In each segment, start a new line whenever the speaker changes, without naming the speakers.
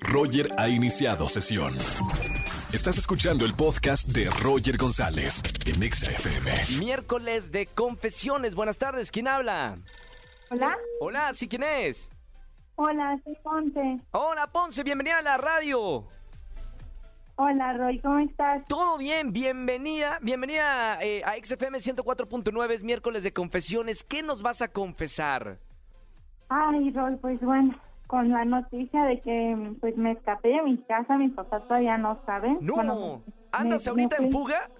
Roger ha iniciado sesión. Estás escuchando el podcast de Roger González en Exa FM.
Miércoles de confesiones. Buenas tardes, ¿quién habla?
Hola,
Hola, ¿sí quién es?
hola, soy Ponce.
Hola, Ponce, bienvenida a la radio.
Hola, Roy, ¿cómo estás?
Todo bien, bienvenida, bienvenida eh, a XFM 104.9, es miércoles de confesiones. ¿Qué nos vas a confesar?
Ay, Roy, pues bueno, con la noticia de que pues me escapé de mi casa, mis papás todavía no saben.
No,
Bueno,
¿andas
me-
ahorita
me
en
fui.
fuga?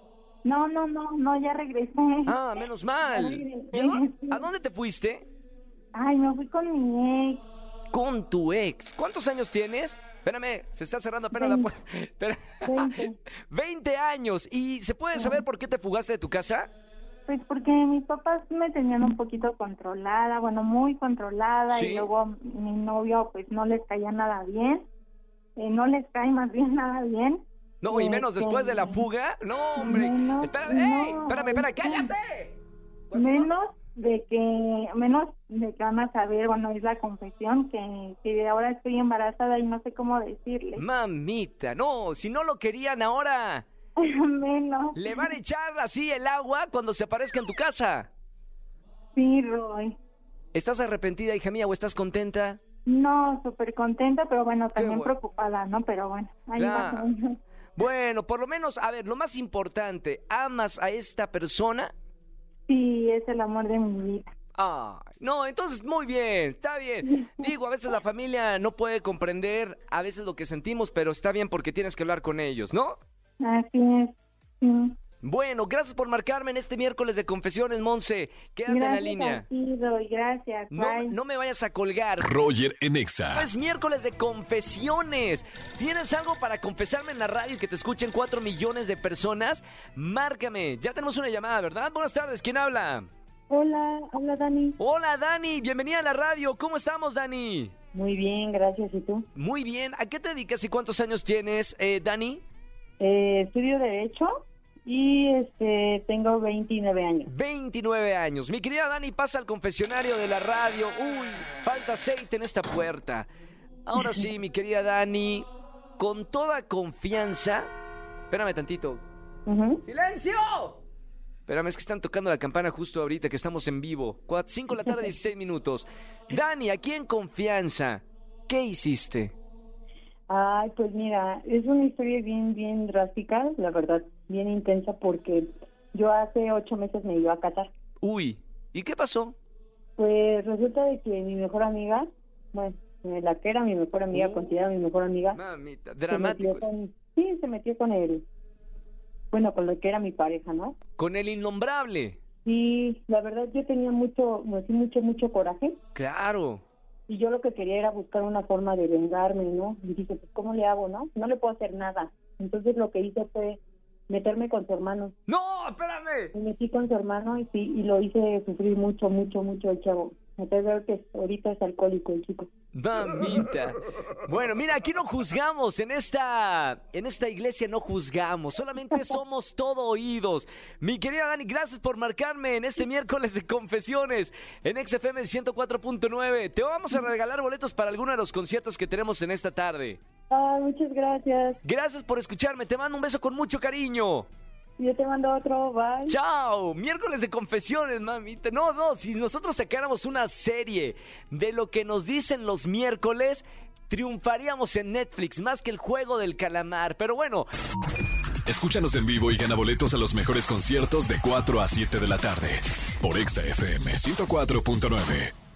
No, no, no, no, ya regresé.
Ah, menos mal. ¿Y a, dó- a dónde te fuiste?
Ay, me fui con mi ex.
Con tu ex. ¿Cuántos años tienes? Espérame, se está cerrando apenas la puerta.
Veinte.
20 años. ¿Y se puede saber por qué te fugaste de tu casa?
Pues porque mis papás me tenían un poquito controlada, bueno, muy controlada,
Sí.
y luego mi novio pues no les caía nada bien, eh, no les cae más bien nada bien.
No, y
Este,
menos después de la fuga. No, hombre.
No, no,
Espérame,
no,
¡ey! espérame, espérame,
ahorita.
cállate. Pues,
menos de que menos de que van a saber bueno es la confesión que, que ahora estoy embarazada y no sé cómo decirle
Mamita, no, si no lo querían ahora,
menos
le van a echar así el agua cuando se aparezca en tu casa.
sí Roy
¿Estás arrepentida, hija mía, o estás contenta?
no súper contenta pero bueno también
bueno.
preocupada no pero bueno ahí
Claro.
más o menos.
Bueno, por lo menos, a ver, lo más importante, ¿amas a esta persona?
sí es el amor de mi vida
Ah, no, entonces muy bien, está bien. Digo, a veces la familia no puede comprender a veces lo que sentimos, pero está bien porque tienes que hablar con ellos, ¿no?
así es sí.
Bueno, gracias por marcarme en este miércoles de Confesiones, Monse. Quédate en la
gracias a
línea.
ti Roy gracias
No,
bye.
no me vayas a colgar.
Roger en Exa.
Es miércoles de confesiones. ¿Tienes algo para confesarme en la radio y que te escuchen 4 millones de personas? Márcame. Ya tenemos una llamada, ¿verdad? Buenas tardes, ¿quién habla?
Hola, hola Dani.
Hola, Dani. Bienvenida a la radio. ¿Cómo estamos, Dani?
Muy bien, gracias. ¿Y tú?
Muy bien. ¿A qué te dedicas y cuántos años tienes, eh, Dani?
Eh, estudio Derecho y este tengo 29 años.
29 años. Mi querida Dani pasa al confesionario de la radio. Uy, falta aceite en esta puerta. Ahora sí, mi querida Dani, con toda confianza. Espérame tantito.
Ujú.
¡Silencio! Espérame, es que están tocando la campana justo ahorita que estamos en vivo. 5 de la tarde, 16 minutos. Dani, aquí en confianza, ¿qué hiciste?
Ay, pues mira, es una historia bien, bien drástica, la verdad, bien intensa porque yo hace ocho meses me iba a Qatar.
Uy, ¿y qué pasó?
Pues resulta de que mi mejor amiga, bueno, eh, la que era mi mejor amiga,
Uh.
considerada mi mejor amiga,
Mamita,
se metió
dramático. es.
con- sí, se metió con él, bueno, con lo que era mi pareja, ¿no?
Con el innombrable.
Sí, la verdad yo tenía mucho, así, mucho, mucho coraje
Claro.
y yo lo que quería era buscar una forma de vengarme, ¿no? Y dije, pues ¿cómo le hago, no? No le puedo hacer nada. Entonces lo que hice fue meterme con su hermano.
¡No! ¡Espérame!
Me metí con su hermano y sí, y lo hice sufrir mucho, mucho, mucho el chavo. Entonces veo que ahorita es alcohólico el chico.
Mamita. Bueno, mira, aquí no juzgamos. En esta, en esta iglesia no juzgamos. Solamente somos todo oídos. Mi querida Dani, gracias por marcarme en este miércoles de confesiones en XFM 104.9. Te vamos a regalar boletos para alguno de los conciertos que tenemos en esta tarde.
Ah, muchas gracias.
Gracias por escucharme. Te mando un beso con mucho cariño.
Yo te mando otro, bye.
Chao, miércoles de confesiones, mamita. No, no, si nosotros sacáramos una serie de lo que nos dicen los miércoles, triunfaríamos en Netflix más que el juego del calamar. Pero bueno,
Escúchanos en vivo y gana boletos a los mejores conciertos de 4 a 7 de la tarde por Exa FM 104.9.